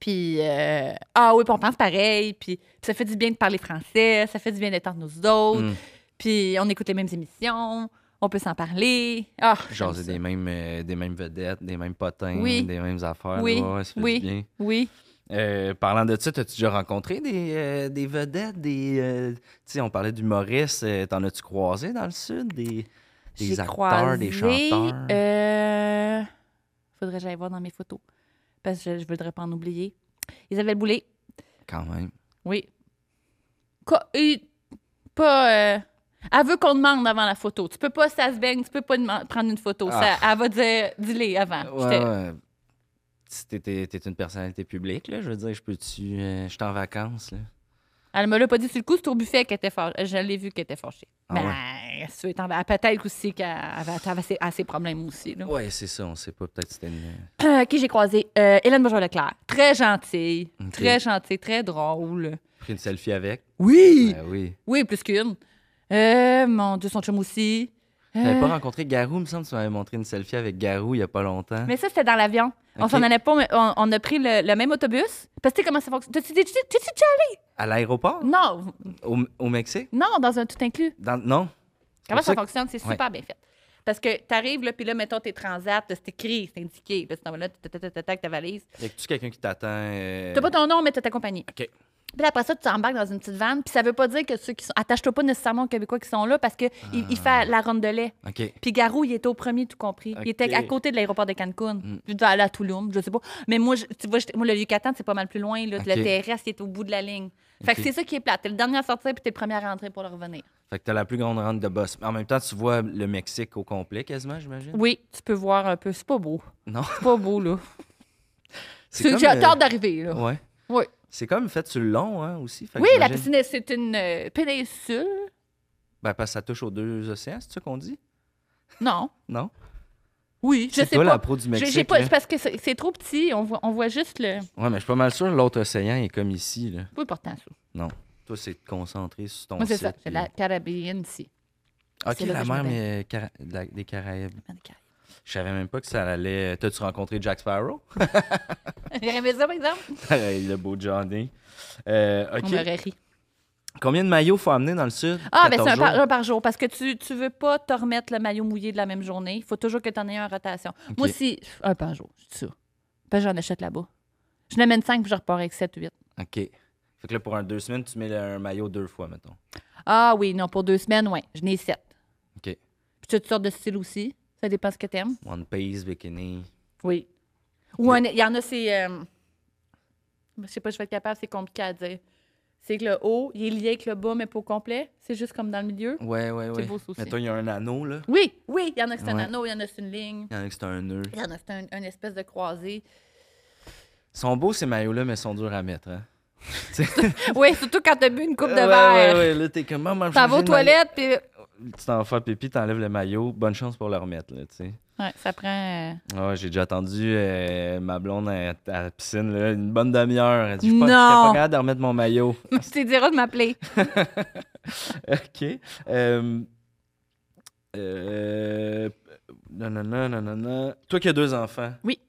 Puis, euh, ah oui, puis on pense pareil. Puis, puis ça fait du bien de parler français, ça fait du bien d'être entre nous autres.
Mm.
Puis, on écoute les mêmes émissions, on peut s'en parler. Ah, j'aime
Jaser
ça.
des mêmes, euh, des mêmes vedettes, des mêmes potins,
Oui.
des mêmes affaires.
Oui,
là, ouais, ouais, ça fait du
oui.
bien.
Oui.
Euh, parlant de ça, as-tu déjà rencontré des, euh, des vedettes, des... euh, tu sais, on parlait d'humoristes, euh, t'en as-tu croisé dans le sud? Des, Des
J'ai
acteurs,
croisé,
des chanteurs.
euh, Faudrait que j'aille voir dans mes photos. Parce que je ne voudrais pas en oublier. Isabelle Boulay.
Quand même.
Oui. Quoi- et- pas. euh, Elle veut qu'on demande avant la photo. Tu peux pas, ça se baigne, tu peux pas deman- prendre une photo. Ça- elle va dire, dis-les avant.
Ah. Ouais,
J'étais-
ouais. Si t'es- t'es t'es une personnalité publique, là, je veux dire, je peux-tu. euh, je suis en vacances, là.
Elle me l'a pas dit sur le coup, c'est au buffet qu'elle était fâchée. Je l'ai vu qu'elle était fâchée.
Ah
ben, qu'est-ce que tu veux, t'en vas- peut-être aussi qu'elle avait, elle avait ses, elle a ses problèmes aussi. là.
Ouais, c'est ça, on sait pas. Peut-être que c'était une.
Euh, qui j'ai croisé? Euh, Hélène Bourgeois-Leclerc. Très gentille.
Ok.
Très gentille, très drôle.
Pris une selfie avec.
Oui!
Ben oui.
Oui, plus qu'une. Euh, mon Dieu, son chum aussi.
T'avais
Euh,
pas rencontré Garou, il me semble que tu m'avais montré une selfie avec Garou il y a pas longtemps.
Mais ça, c'était dans l'avion. On
Ok.
s'en allait pas, mais on, on a pris le, le même autobus. Parce que tu sais comment ça fonctionne. T'as-tu t'es-tu- t'es-tu déjà
À l'aéroport?
allé? Non,
Au, au Mexique?
non, dans un tout inclus.
Dans- Non? C'est
Comment
pour
ça,
que-
fonctionne? C'est
Ouais.
super bien fait. Parce que t'arrives, là, puis là, mettons tes transats, là, c'est écrit, c'est indiqué. Puis là, là, tac, tac, tac, tac, tac, ta valise.
Y a-tu quelqu'un qui t'attend? euh,
T'as pas ton nom, mais t'as ta compagnie.
OK.
Puis là, après ça, tu embarques dans une petite vanne. Puis ça veut pas dire que ceux qui sont. Attache-toi pas nécessairement aux Québécois qui sont là parce qu'il il il
Ah.
fait la ronde de lait.
OK.
Puis Garou, il était au premier, tout compris. Il était
Ok. Mm.
à côté de l'aéroport de Cancun. Puis il aller à Tulum, je sais pas. Mais moi, je- tu vois, j'étais- moi, le Yucatan, c'est pas mal plus loin. Là.
Ok.
Le terrestre, il est au bout de la ligne. Fait que
Ok.
c'est ça qui est plate. T'es le dernier à sortir, puis t'es le premier à rentrer pour le revenir.
Fait que t'as la plus grande rente de boss. Mais En même temps, tu vois le Mexique au complet quasiment, j'imagine?
Oui, tu peux voir un peu. C'est pas beau.
Non?
C'est pas beau, là.
C'est
C'est-
comme,
J'ai
euh,
hâte d'arriver, là.
Ouais.
Oui.
C'est comme fait sur le long, hein, aussi. Fait que
Oui, la
j'imagine-
piscine, c'est une euh, péninsule.
Ben, parce que ça touche aux deux océans, c'est ça qu'on dit?
Non.
Non?
Oui, je
C'est
sais
toi,
pas.
la pro du
J'ai-
Mexique.
J'ai pas,
là.
c'est parce que c'est c'est trop petit, on voit, on voit juste le.
Ouais, mais je suis pas mal sûr, l'autre océan est comme ici, là.
Pas important, ça.
Toi, c'est de concentrer sur ton
Moi, c'est
site,
ça. C'est
puis-
la Carabine, ici.
OK,
c'est là
la
que je
mer
m'étais.
mais, euh, Cara- de la- des Caraïbes. Je savais même pas que ça allait... euh, T'as-tu rencontré Jack Sparrow?
J'ai rêvé ça, par exemple.
le beau Johnny. Euh,
On
OK.
aurait ri.
Combien de maillots faut amener dans le sud?
Ah, ben
14
c'est un par,
jours?
un par jour parce que tu tu veux pas te remettre le maillot mouillé de la même journée. Il faut toujours que tu en aies un en rotation. Moi
Ok.
aussi, un par jour, je suis sûre. Ben, j'en achète là-bas. Je l'amène cinq puis je repars avec 7, 8.
OK. Fait que là, pour un deux semaines, tu mets le- un maillot deux fois, mettons.
Ah oui, non, pour deux semaines, ouais, je n'ai sept.
OK.
Puis tu as toutes sortes de styles aussi. Ça dépend ce que t'aimes.
One Piece, bikini.
Oui. Ou un- il y en a, c'est. euh, je sais pas, je vais être capable, c'est compliqué à dire. C'est que le haut, il est lié avec le bas, mais pas au complet. C'est juste comme dans le milieu.
Ouais, ouais, ouais.
beau, ça aussi.
Mettons, il y a un anneau, là.
Oui, oui, il y en a que c'est un
Ouais.
anneau, il y en a que c'est une ligne,
Il y en a que c'est un nœud.
il y en a que c'est un- une espèce de croisée.
Ils sont beaux, ces maillots-là, mais ils sont durs à mettre, hein?
Oui, surtout quand t'as bu une coupe de
Ouais,
verre.
Ouais, ouais, là, t'es comme... Maman, j'ai
T'en vas aux
le maillot.
toilettes, puis...
Tu t'en fais pipi, t'enlèves le maillot. Bonne chance pour le remettre, là, tu sais.
Ouais, ça prend... euh,
Ouais, j'ai déjà attendu euh, ma blonde à, à la piscine là, une bonne demi-heure. Elle dit, Je suis pas,
Non.
j'étais pas capable de remettre mon maillot.
Tu te diras de m'appeler.
OK. Euh, euh, non, non, non, non, non, non. Toi qui as deux enfants.
Oui.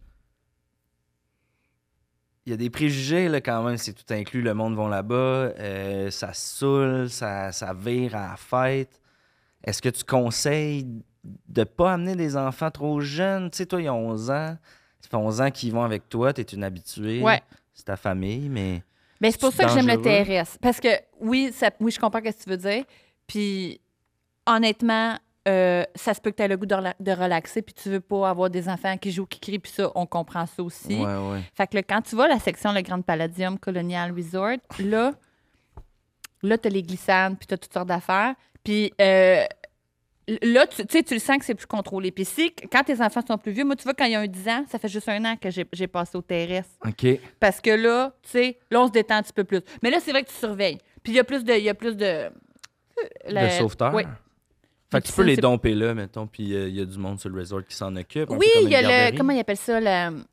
Il y a des préjugés là, quand même, c'est tout inclus, le monde va là-bas, euh, ça saoule, ça, ça vire à la fête. Est-ce que tu conseilles de pas amener des enfants trop jeunes? Tu sais, toi, ils ont 11 ans, ça fait 11 ans qu'ils vont avec toi, t'es une habituée,
Ouais.
c'est ta famille, mais...
Ben, c'est pour
C'est
ça que j'aime le
dangereux.
TRS. Parce que, oui, ça, oui, je comprends ce que tu veux dire. Puis, honnêtement, euh, ça se peut que tu aies le goût de, rela- de relaxer, puis tu veux pas avoir des enfants qui jouent, qui crient, puis ça, on comprend ça aussi.
Ouais, ouais.
Fait que là, quand tu vas à la section Le Grand Palladium Colonial Resort, là, là, t'as les glissades, puis t'as toutes sortes d'affaires. Puis euh, là, tu tu sais, tu le sens que c'est plus contrôlé. Puis si, quand tes enfants sont plus vieux, moi, tu vois, quand il y a un 10 ans, ça fait juste un an que j'ai j'ai passé au terrestre.
OK.
Parce que là, tu sais, là, on se détend un petit peu plus. Mais là, c'est vrai que tu surveilles. Puis il y a plus de. Il y a plus de. euh,
Le
la-
sauveteur?
Oui.
Fait
Les
que tu peux
piscines,
les
c'est-
domper là, mettons, puis euh, il y a du monde sur le resort qui s'en occupe. un peu
Oui,
comme
il y
une
a
garderie.
le. Comment il appelle ça? Le,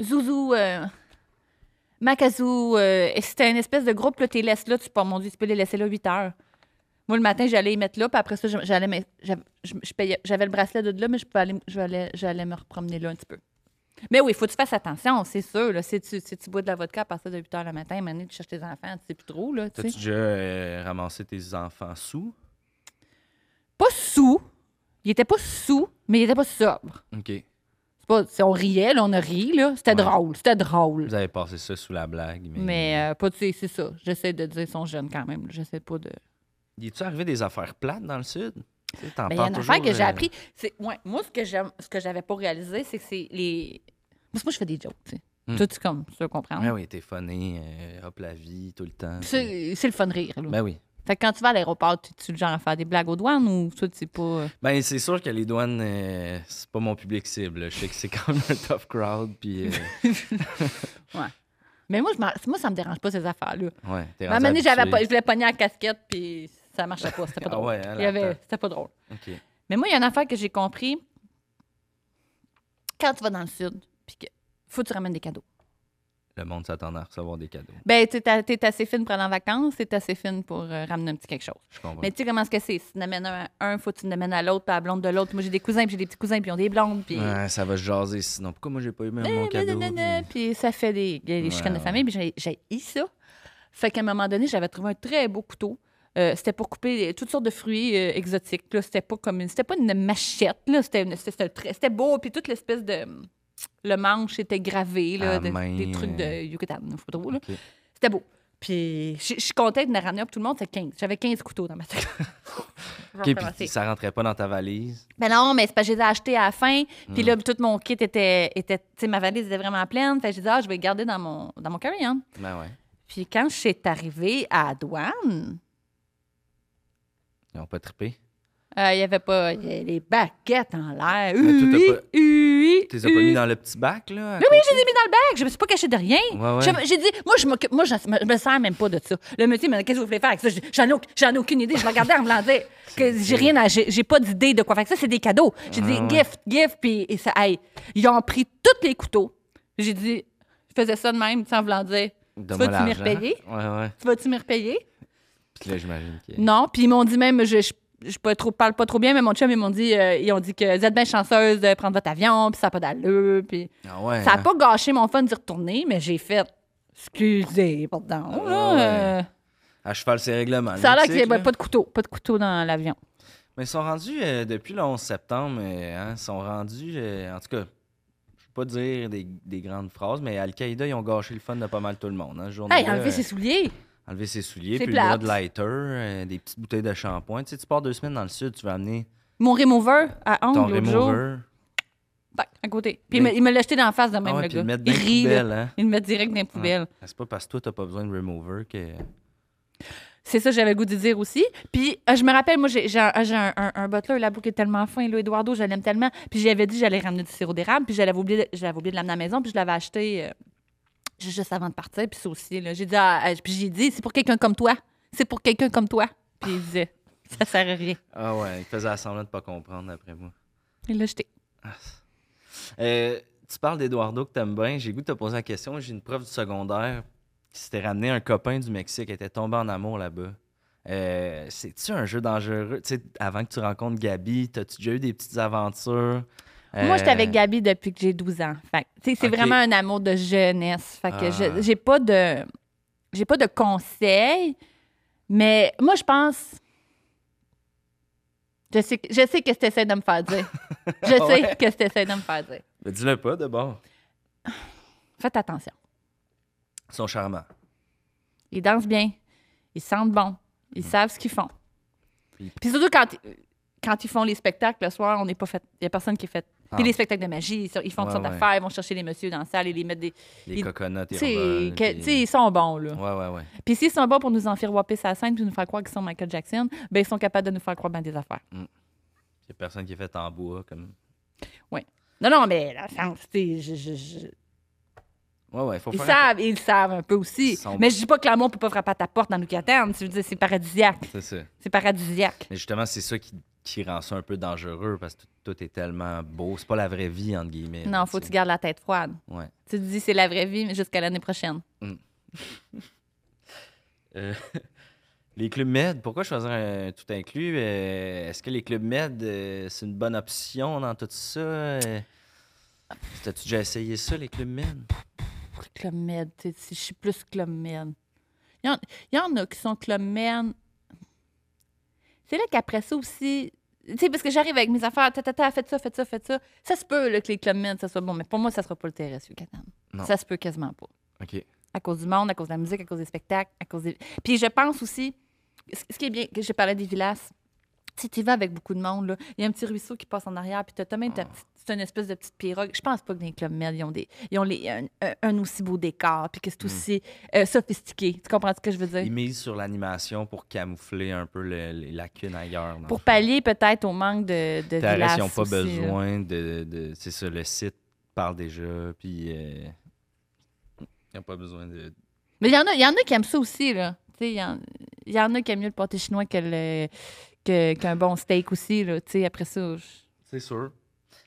Zouzou. euh, Macazou. euh, et C'était une espèce de groupe. Là, tu les laisses là. Tu pas, mon Dieu, tu peux les laisser là 8 heures. Moi, le matin, j'allais y mettre là. Puis après ça, je- j'allais. me- j'avais- je- je payais- J'avais le bracelet de là, mais je pouvais aller, j'allais, j'allais me promener là un petit peu. Mais oui, il faut que tu fasses attention, c'est sûr. Là. Si, tu, si tu bois de la vodka à partir de 8 heures le matin, maintenant, tu cherches tes enfants, tu sais plus trop. Là, tu sais.
T'as-tu déjà euh, ramassé tes enfants sous?
Pas sous. Il était pas sous, mais il était pas sobre.
OK.
C'est pas, c'est- on riait, là, on a ri. Là. C'était
Ouais.
drôle, c'était drôle.
Vous avez passé ça sous la blague, mais...
Mais euh, pas tu sais, c'est ça. J'essaie de dire son jeune quand même. là. J'essaie pas de.
Y est-tu arrivé des affaires plates dans le sud? Tu sais, t'en
Mais il Ben, y a
parles
une
toujours,
affaire que j'ai
euh,
appris. C'est- ouais, moi, ce que j'aime, ce que j'avais pas réalisé, c'est que c'est les. Parce que moi, je fais des jokes, tu sais.
Hmm.
Toi, tu comme, tu veux comprendre.
Ouais, Ah oui, t'es funny, euh, hop la vie, tout le temps.
C'est c'est le fun de rire. là.
Ben oui.
Fait que quand tu vas à l'aéroport, tu tu le genre à faire des blagues aux douanes ou toi, tu sais pas. euh,
Ben, c'est sûr que les douanes, euh, c'est pas mon public cible. Je sais que c'est quand même un tough crowd, puis... euh,
Mais moi, je m'en- moi, ça me dérange pas ces affaires-là.
ouais, t'es
À un
rendu
moment donné, Ben, j'avais
habitué.
pas- je voulais pogner la casquette, puis ça marchait pas. C'était pas
Ah
drôle.
ouais, hein,
Il y avait-
l'attente.
C'était pas drôle.
OK.
Mais moi, il y a une affaire que j'ai compris. Quand tu vas dans le sud, puis que faut que tu ramènes des cadeaux.
Le monde s'attend à recevoir des cadeaux.
Ben, tu es, assez fine pour aller en vacances, t'es assez fine pour euh, ramener un petit quelque chose.
Je comprends.
Mais tu sais comment est-ce que c'est? Si tu en amènes un, à un, faut que tu en amènes à l'autre, puis à la blonde de l'autre. Moi, j'ai des cousins, puis j'ai des petits cousins, puis ils ont des blondes, puis...
Ouais, ça va se jaser, sinon. Pourquoi moi, j'ai pas eu même mon
Eh,
cadeau?
nanana,
puis-
puis ça fait des, des
Ouais,
chicanes
ouais.
de famille, puis j'ai- j'ai haï ça. Fait qu'à un moment donné, j'avais trouvé un très beau couteau. Euh, c'était pour couper toutes sortes de fruits euh, exotiques. là. C'était pas comme une, c'était pas une machette. Là. C'était, une- c'était, c'était très- c'était beau. Puis toute l'espèce de. Le manche était gravé. Là,
À
de-
main,
des trucs
euh.
de Yucatan. je sais pas trop, là.
OK.
C'était beau. Puis je je suis contente de la ramener. puis Tout le monde, c'est 15. J'avais 15 couteaux dans ma tête.
OK, puis ça rentrait pas dans ta valise.
Mais non, mais c'est parce que je les ai achetés à la fin. Puis
Mm.
là, tout mon kit était. était tu sais, ma valise était vraiment pleine. Fait que j'ai dit, ah, je vais le garder dans mon, dans mon carry-on.
Ben ouais.
Puis quand je suis arrivée à la douane,
Ils ont pas trippé.
euh, il y avait pas. il y avait les baguettes en l'air.
Mais tout
Oui,
t'as pas-
oui.
Tu les as pas mis dans le petit bac, là? à
Oui,
côté?
je les ai mis dans le bac. Je me suis pas cachée de rien.
Ouais, ouais.
Je- J'ai dit, moi, je m'occupe- moi, je me- me sers même pas de ça. Le métier, mais qu'est-ce que vous voulez faire avec ça? J'ai- J'en ai, au- j'en ai aucune idée. Je me regardais en me disant que j'ai rien à- j'ai j'ai pas d'idée de quoi faire. Ça, c'est des cadeaux. J'ai dit,
Ah, ouais.
gift, gift. Puis et ça, hey, ils ont pris tous les couteaux. J'ai dit, je faisais ça de même sans vouloir dire. Tu
Donne-moi
vas-tu me
l'argent.
repayer?
Ouais, ouais.
Tu vas-tu me repayer?
Puis là, j'imagine que...
Non, puis ils m'ont dit même, je, je, je pas trop, parle pas trop bien, mais mon chum, ils m'ont dit, euh, ils ont dit que vous êtes bien chanceuse de prendre votre avion, puis ça n'a pas d'allure, puis
Ah ouais,
ça
hein?
n'a pas gâché mon fun d'y retourner, mais j'ai fait, excusez, pardon.
Ah
là,
ouais.
euh,
À cheval, c'est règlement.
ça a l'air qu'il n'y avait
pas
pas de couteau, pas de couteau dans l'avion.
Mais ils sont rendus euh, depuis le 11 septembre, euh, hein, ils sont rendus, euh, en tout cas, je peux pas dire des, des grandes phrases, mais Al-Qaïda, ils ont gâché le fun de pas mal tout le monde. Hein, ce jour-là,
Hey, enlever
euh,
ses souliers!
enlever ses souliers,
C'est
puis le bras
plate.
de lighter, euh, des petites bouteilles de shampoing. Tu sais, tu pars deux semaines dans le sud, tu vas amener
Mon remover à
ton
ongles l'autre jour,
remover.
tac, à côté. Puis
Mais-
il me- il me l'a jeté dans la face de même,
Ah ouais,
le
puis
gars.
le mettre dans
il
les
rit, là.
poubelles, hein.
Il me met direct dans les poubelles.
Ah, C'est pas parce que toi, t'as pas besoin de remover que.
C'est ça que j'avais le goût de dire aussi. Puis, euh, je me rappelle, moi, j'ai j'ai un, j'ai un, un, un butler là-bas qui est tellement fin, là, Eduardo, je l'aime tellement. Puis, j'y avais dit que j'allais ramener du sirop d'érable, puis j'avais oublié, j'avais oublié de l'amener à la maison, puis je l'avais acheté euh, juste avant de partir, puis ça aussi, là. J'ai dit, ah, ah, puis j'ai dit, c'est pour quelqu'un comme toi. C'est pour quelqu'un comme toi. Puis, il disait, ça sert à rien.
Ah ouais, ils faisaient semblant de pas comprendre, après moi.
Il l'a jeté.
Ah, c'est- Euh, tu parles d'Eduardo que t'aimes bien. J'ai le goût de te poser la question. J'ai une prof du secondaire qui s'était ramené un copain du Mexique. Elle était tombée en amour là-bas. Euh, C'est-tu un jeu dangereux? Tu sais, avant que tu rencontres Gabi, t'as-tu déjà eu des petites aventures?
Moi, j'étais
Euh,
avec Gabi depuis que j'ai 12 ans. Fait que, tu sais, c'est
Ok.
vraiment un amour de jeunesse. Fait que je-
Ah.
j'ai pas de j'ai pas de conseils, mais moi je pense je sais que- je sais que tu essaies de me faire dire. Je sais
Ah Ouais.
que tu essaies de me faire dire.
Mais Ben, dis-le pas d'abord.
Faites attention.
Ils sont charmants.
Ils dansent bien, ils sentent bon, ils savent ce qu'ils font.
Mm. Puis-
Puis surtout quand quand ils font les spectacles le soir, on n'est pas fait. Il n'y a personne qui est fait.
Ah.
Puis les spectacles de magie, ils sont- ils font
Ouais,
toutes sortes
ouais.
d'affaires, ils vont chercher les messieurs dans la salle et les mettre des.
Les
Ils-
coconuts,
Tu
ils
sais,
revolent,
que-
puis-
tu sais, ils sont bons, là.
Ouais, ouais, ouais.
Puis s'ils sont bons pour nous en faire whopper sa scène puis nous faire croire qu'ils sont Michael Jackson, ben ils sont capables de nous faire croire bien des affaires.
Il y a personne qui est fait en bois. Comme...
Non, non, mais la science, tu sais, je- je- je-
Ouais, ouais, faut
ils
faire.
savent, ils savent un peu aussi.
Ils sont-
Mais je dis pas que l'amour peut pas frapper à ta porte dans le Yucatan. Tu veux dire, c'est paradisiaque.
C'est ça.
C'est paradisiaque.
Mais justement, c'est ça qui, qui rend ça un peu dangereux parce que tout, tout est tellement beau. C'est pas la vraie vie, entre guillemets.
non,
là,
faut que
tu
tu
sais.
gardes la tête froide.
Ouais.
Tu te dis, c'est la vraie vie, mais jusqu'à l'année prochaine.
Euh, les clubs med, pourquoi choisir un tout inclus? Euh, Est-ce que les clubs med, euh, c'est une bonne option dans tout ça? Euh, T'as-tu déjà essayé ça, les clubs med?
Pour Club Med, tu sais, je suis plus Club Med. Il y en, il y en a qui sont Club Med. C'est là qu'après ça aussi, tu sais, parce que j'arrive avec mes affaires, ta, ta, ta, faites ça, faites ça, faites ça. Ça se peut là, que les Club Med, ça soit bon, mais pour moi, ça sera pas le TRS Yucatan.
Non.
Ça se peut quasiment pas.
OK.
À cause du monde, à cause de la musique, à cause des spectacles, à cause des... Puis je pense aussi, ce ce qui est bien, que je parlais des villas, Tu sais, tu vas avec beaucoup de monde. là. Il y a un petit ruisseau qui passe en arrière, puis tu as même
Ah.
ta petite- c'est une espèce de petite pirogue. Je pense pas que dans les clubs Med, ils ont, des, ils ont les- un, un- un aussi beau décor, puis que c'est aussi euh, sophistiqué. Tu comprends ce que je veux dire?
Hmm. Ils misent sur l'animation pour camoufler un peu le- les lacunes ailleurs. dans le
Pour hein.
fond.
pallier peut-être au manque de, de
T'as raison,
villages
ils n'ont pas
aussi, là.
besoin de. de- c'est ça, le site parle déjà, puis. euh, ils n'ont pas besoin de.
Mais il y, en a- il y en a qui aiment ça aussi, là. Tu sais, Il y, en- il y en a qui aiment mieux le pâté chinois que le- que- qu'un bon steak aussi, là. Tu sais, après ça, je-
C'est sûr.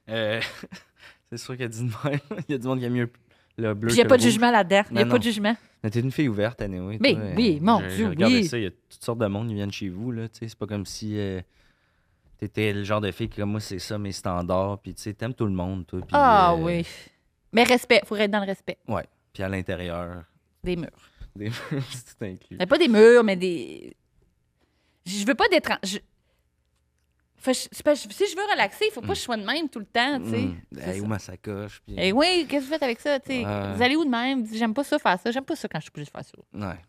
Euh, c'est sûr qu'il y a du même. Il y a du monde qui aime mieux le bleu.
Puis il n'y a
que
pas
le
de
rouge.
jugement là-dedans. Il n'y
Non,
a pas
Ben non.
de jugement.
Mais t'es une fille ouverte, Anyway.
Mais
toi, euh,
oui, mon
j'ai- j'ai
Dieu,
regardé
oui.
ça, il y a toutes sortes de monde qui viennent chez vous, là. tu sais, C'est pas comme si euh, t'étais le genre de fille qui, comme moi, c'est ça mes standards. Puis, tu sais, t'aimes tout le monde, toi. puis,
Ah
euh,
oui. Mais respect, il faut être dans le respect
Puis à l'intérieur,
des murs.
des c'est tout inclus.
Mais pas des murs, mais des. Je veux pas d'être. en- Je... Faut que je- c'est pas- si je veux relaxer, il faut pas que je sois de même tout le temps, tu sais.
Hum,
C'est
hey,
ça.
où ma sacoche? Puis,
Eh oui, qu'est-ce que vous faites avec ça, tu sais?
Ouais.
Vous allez où de même? Dis, J'aime pas ça faire ça. J'aime pas ça quand je suis obligée de faire ça.
Ouais.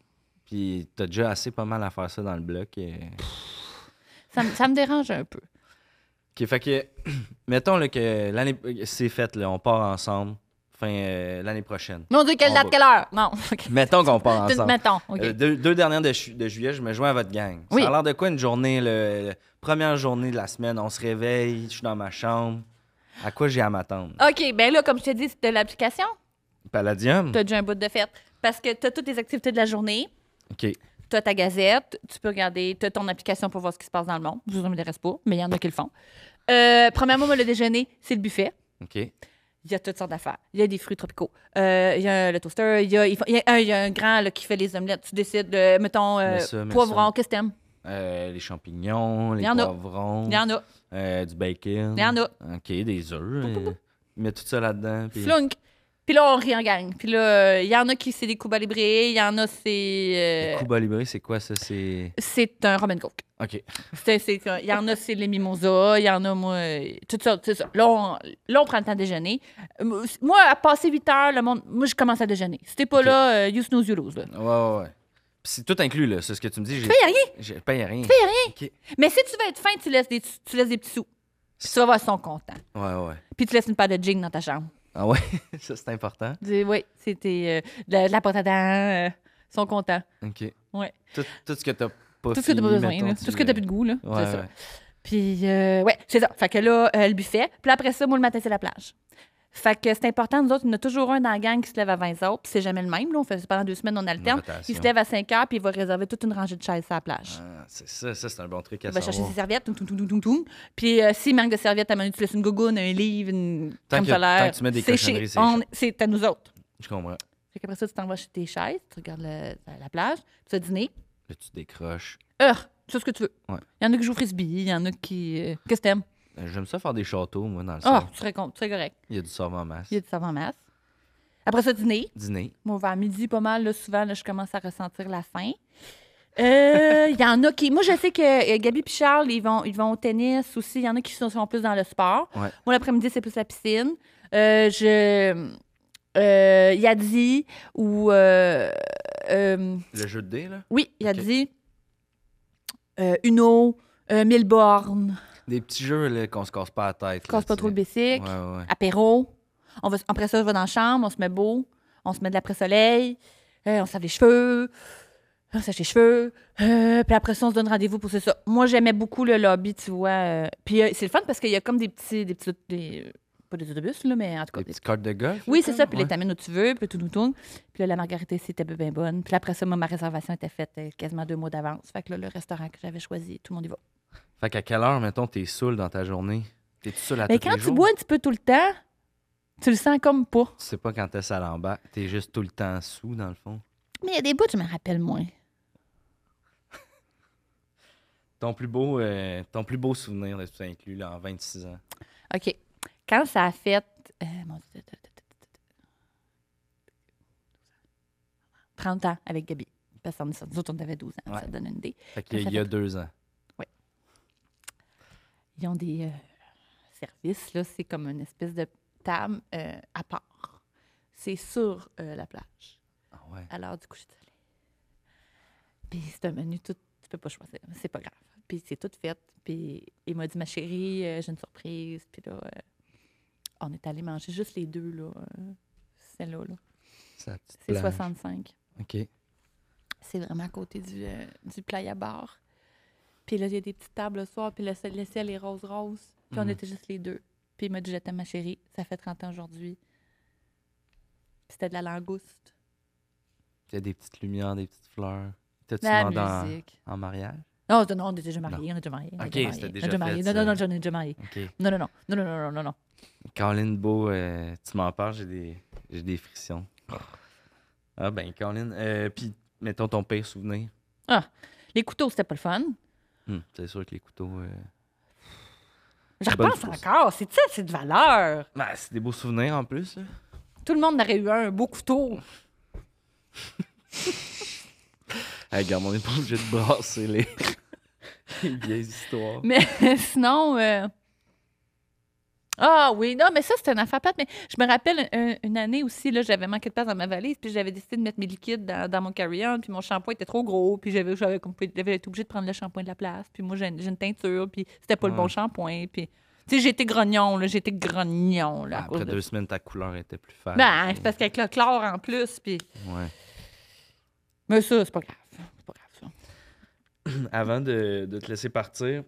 Puis t'as déjà assez pas mal à faire ça dans le bloc. euh.
Ça, me- ça me dérange un peu.
OK, fait que, mettons là, que l'année, c'est fait, là, on part ensemble, fin euh, l'année prochaine.
Mon Dieu, quelle
On
date,
va-
quelle heure? Non, ok.
Mettons qu'on part
Tout-
ensemble.
Mettons, OK.
Euh, deux, deux dernières de, ju- de juillet, je me joins à votre gang.
Oui.
Ça a l'air de quoi une journée, le, le- première journée de la semaine? On se réveille, je suis dans ma chambre. À quoi j'ai à m'attendre?
OK, ben là, comme je te dis, c'est de l'application.
Palladium?
T'as déjà un bout de fête. Parce que t'as toutes les activités de la journée.
OK.
T'as ta gazette, tu peux regarder, t'as ton application pour voir ce qui se passe dans le monde. Je vous reste pas, mais il y en a qui le font. Euh, premièrement, moi, le déjeuner, c'est le buffet.
OK.
Il y a toutes sortes d'affaires. Il y a des fruits tropicaux. Euh, Il y a le toaster. Il y a, il faut- il y a un, il y a un grand là, qui fait les omelettes. Tu décides, euh, mettons, euh,
Mets ça, mets
poivron, qu'est-ce que t'aimes?
Euh, les champignons, les
Y en a.
poivrons,
Il y en a.
euh, du bacon.
Il y en a.
OK, des œufs. euh, Mets tout ça là-dedans. puis-
Flunk. Puis là, on rit en gang. Puis là, euh, il y en a qui, c'est des coups balibrés. Il y en a,
Les
c'est... euh,
coups bas libérés, c'est quoi ça? C'est.
c'est un rum and coke.
OK.
C'est- c'est- Il y en a, c'est les mimosas, il y en a, moi, euh, tout ça, tout ça. Là, on, là, on prend le temps de déjeuner. Euh, Moi, à passer 8 heures, le monde, moi, je commence à déjeuner. Si t'es pas
Ok.
là, euh, you snooze, you lose. Là.
Ouais, ouais, ouais. Puis c'est tout inclus, là. C'est ce que tu me dis.
Tu payes rien.
Je paye rien.
payes rien.
OK.
Mais si tu veux être fin, tu laisses des, tu laisses des petits sous. Puis tu vas voir, ils sont contents.
Ouais, ouais.
Puis tu laisses une paire de jeans dans ta chambre.
Ah ouais, ça c'est important.
Tu dis, oui, c'était euh, de, la- de la pâte à dents, euh, ils sont contents.
OK.
Ouais.
Tout, tout ce que t'as pas
Tout ce que t'as
fini,
pas besoin,
mettons,
là.
tu
tout ce que t'as
le-
plus de goût, là.
Ouais,
c'est ça.
ouais.
Puis, euh, ouais, c'est ça. Fait que là, euh, le buffet. Puis là, après ça, moi, le matin, c'est la plage. Fait que c'est important. Nous autres, on a toujours un dans la gang qui se lève à 20 heures. Puis c'est jamais le même. Là, on fait ça pendant deux semaines, on alterne.
rotation.
Il se lève à 5 heures, puis il va réserver toute une rangée de chaises à la plage.
Ah, c'est ça, ça c'est un bon truc à
Il va chercher
savoir.
ses serviettes, tout, tout, tout, tout, tout. Puis euh, s'il manque de serviettes, à un moment donné, tu laisses une gougoune, un livre, une
Tant
crème
que-
solaire.
tant que tu mets des
C'est chez-
cochonneries, c'est
on- C'est à nous autres.
Je comprends.
Fait qu'après ça, tu t'en vas chez tes chaises, tu regardes le- euh, la, la plage, tu vas dîner.
Là, tu décroches.
Heure, tu fais ce que tu veux. Il
Ouais.
y en a qui jouent au frisbee, il y en a qui. euh, Qu'est-ce que t'aimes?
Euh, J'aime ça faire des châteaux, moi, dans le
Ah,
sol.
tu serais con- tu serais correct.
Il y a du sort en masse.
Il y a du savon en masse. Après ça, dîner.
Dîner.
Moi, vers midi, pas mal. là, souvent, là, je commence à ressentir la faim. Euh, Il y en a qui. Moi, je sais que euh, Gabi et Charles, ils vont, ils vont au tennis aussi. Il y en a qui sont, sont plus dans le sport.
Ouais.
Moi, l'après-midi, c'est plus la piscine. Euh, je. Euh, Yadi ou. euh, euh,
Le jeu de dés, là.
oui, Yadi. Euh, Uno. euh, mille bornes.
Des petits jeux, là, qu'on se casse pas la tête.
Casse pas trop le
bec.
bicycle.
Ouais, ouais.
apéro. On va, après ça, je vais dans la chambre, on se met beau, on se met de l'après-soleil, euh, on se lave les cheveux, on se lave les cheveux. euh, puis après ça, on se donne rendez-vous pour c'est ça. Moi, j'aimais beaucoup le lobby, tu vois. euh, puis euh, c'est le fun parce qu'il y a comme des petits. Des petits des- pas des autobus, là, mais en tout cas.
Des
des-
petites cartes de golf.
oui,
là,
c'est
comme?
ça. Puis
Ouais.
les t'amènes où tu veux, puis tout nous tourne. Puis là, la margarita ici était bien bonne. Puis après ça, moi, ma réservation était faite euh, quasiment deux mois d'avance. Fait que là, le restaurant que j'avais choisi, tout le monde y va.
Fait qu'à quelle heure, mettons, t'es saoul dans ta journée? T'es-tu saoul à
Mais
tous les
quand tu
jours?
bois un petit peu tout le temps, tu le sens comme pas.
Tu sais pas quand t'es à l'embarque. T'es juste tout le temps sous, dans le fond.
Mais il y a des bouts, je me rappelle moins.
Ton plus beau, euh, ton plus beau souvenir de tout inclus, là, en 26 ans.
OK. Quand ça a fait. euh, mon Dieu, tut, tut, tut, tut, tut. 30 ans avec Gabi. Parce qu'on est- nous autres, on avait 12 ans.
Ouais.
Ça donne une idée.
Fait qu'il y a- il y a deux ans.
Ils ont des euh, services, là. C'est comme une espèce de table euh, à part. C'est sur euh, la plage,
Ah ouais.
à l'heure du coucher de soleil. Puis c'est un menu tout tu peux pas choisir. C'est pas grave. Puis c'est tout fait. Puis il m'a dit, ma chérie, euh, j'ai une surprise. Puis là, euh, on est allé manger juste les deux, là. euh, Celle-là, là.
Sa petite
C'est
plage.
65.
OK.
C'est vraiment à côté du, euh, du playa bar. Puis là, il y a des petites tables le soir, puis le, ciel- le ciel est rose-rose. Puis on
Mhm.
était juste les deux. Puis il m'a dit, je t'aime, ma chérie, ça fait 30 ans aujourd'hui. Puis c'était de la langouste.
Il y a des petites lumières, des petites fleurs. T'as-tu
De la
demandé en,
musique.
en mariage?
Non, non, on était déjà mariés, on était déjà mariés. on
Ok,
était mariés,
c'était
on était
déjà
mariés.
fait, euh,
Non, non, non,
ça.
j'en ai déjà marié.
OK.
Non, non, non, non, non, non, non, non, non.
Caroline Beau, euh, tu m'en parles, j'ai des, j'ai des frictions. Ah ben, Caroline, euh, puis mettons ton pire souvenir.
Les couteaux, c'était pas le fun.
Hum, c'est sûr que les couteaux... euh,
Je
Bonne
repense
chose.
encore, c'est ça, c'est de valeur.
ben, c'est des beaux souvenirs en plus. Là.
Tout le monde aurait eu un beau couteau.
Hey, regarde, on n'est pas obligé de brasser les, les vieilles histoires.
Mais sinon. euh, Ah oui, non, mais ça, c'était une affaire plate. Mais je me rappelle un- une année aussi, là, j'avais manqué de place dans ma valise, puis j'avais décidé de mettre mes liquides dans, dans mon carry-on, puis mon shampoing était trop gros, puis j'avais, j'avais, comme- j'avais été obligée de prendre le shampoing de la place, puis moi, j'ai, une- j'ai une teinture, puis c'était pas le bon
Ouais.
shampoing, puis. Tu sais, j'étais grognon, là, j'étais grognon, là. à
Ah, Après
cause de-
deux semaines, ta couleur était plus faible.
Ben, c'est parce qu'avec le chlore en plus, puis.
Ouais.
Mais ça, c'est pas grave. C'est pas grave, ça.
Avant de, de te laisser partir,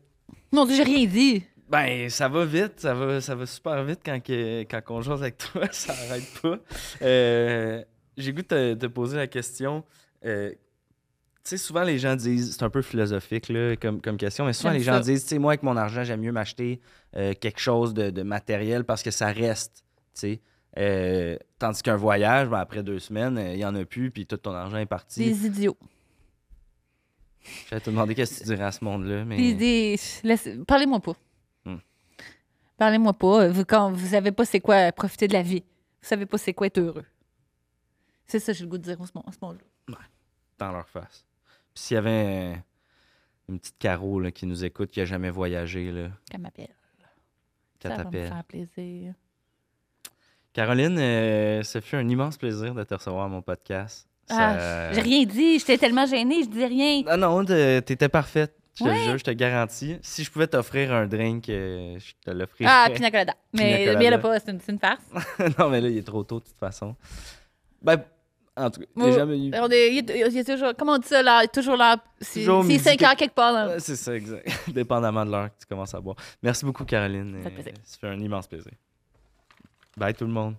Mon Dieu, j'ai rien dit.
Ben, ça va vite, ça va, ça va super vite quand, que- quand on jase avec toi, ça arrête pas. Euh, J'ai goût de te, te poser la question. euh, tu sais, souvent les gens disent, c'est un peu philosophique là, comme, comme question, mais souvent
J'aime
les gens
ça.
disent, tu sais, moi avec mon argent, j'aime mieux m'acheter euh, quelque chose de, de matériel parce que ça reste, tu sais. Euh, tandis qu'un voyage, ben, après deux semaines, euh, il y en a plus, puis tout ton argent est parti.
Des idiots.
J'allais te demander qu'est-ce que tu dirais à ce monde-là,
Puis
mais
des- laisse- Parlez-moi pas.
Hmm.
Parlez-moi pas. Euh, Vous, quand vous savez pas c'est quoi profiter de la vie, vous savez pas c'est quoi être heureux. C'est ça, j'ai le goût de dire en ce moment- en ce moment-là.
dans leur face. Puis s'il y avait euh, une petite Caro là, qui nous écoute, qui a jamais voyagé, là,
Qu'elle m'appelle.
qu'elle
Ça va me
t'appelle.
faire plaisir.
Caroline, euh, ce fut un immense plaisir de te recevoir à mon podcast. Ça-
Ah, j'ai rien dit. J'étais tellement gênée, je dis rien.
Ah Euh. non, t'es- t'étais parfaite. Je te le
Ouais.
jure, je te garantis. Si je pouvais t'offrir un drink, euh, je te l'offrirais.
Ah, pina colada.
Pina
Mais
colada.
bien là pas, c'est une, c'est une farce.
non, mais là, il est trop tôt, de toute façon. Ben, en tout cas,
Oh,
j'ai jamais eu.
On est, il est- il est toujours, comment on dit ça là? Toujours là. C'est
Toujours
c'est cinq
midi-
heures quelque part. là.
Ouais, C'est ça, exact. Dépendamment de l'heure que tu commences à boire. Merci beaucoup, Caroline.
Ça fait plaisir.
Euh, Ça fait un immense plaisir. Bye, tout le monde.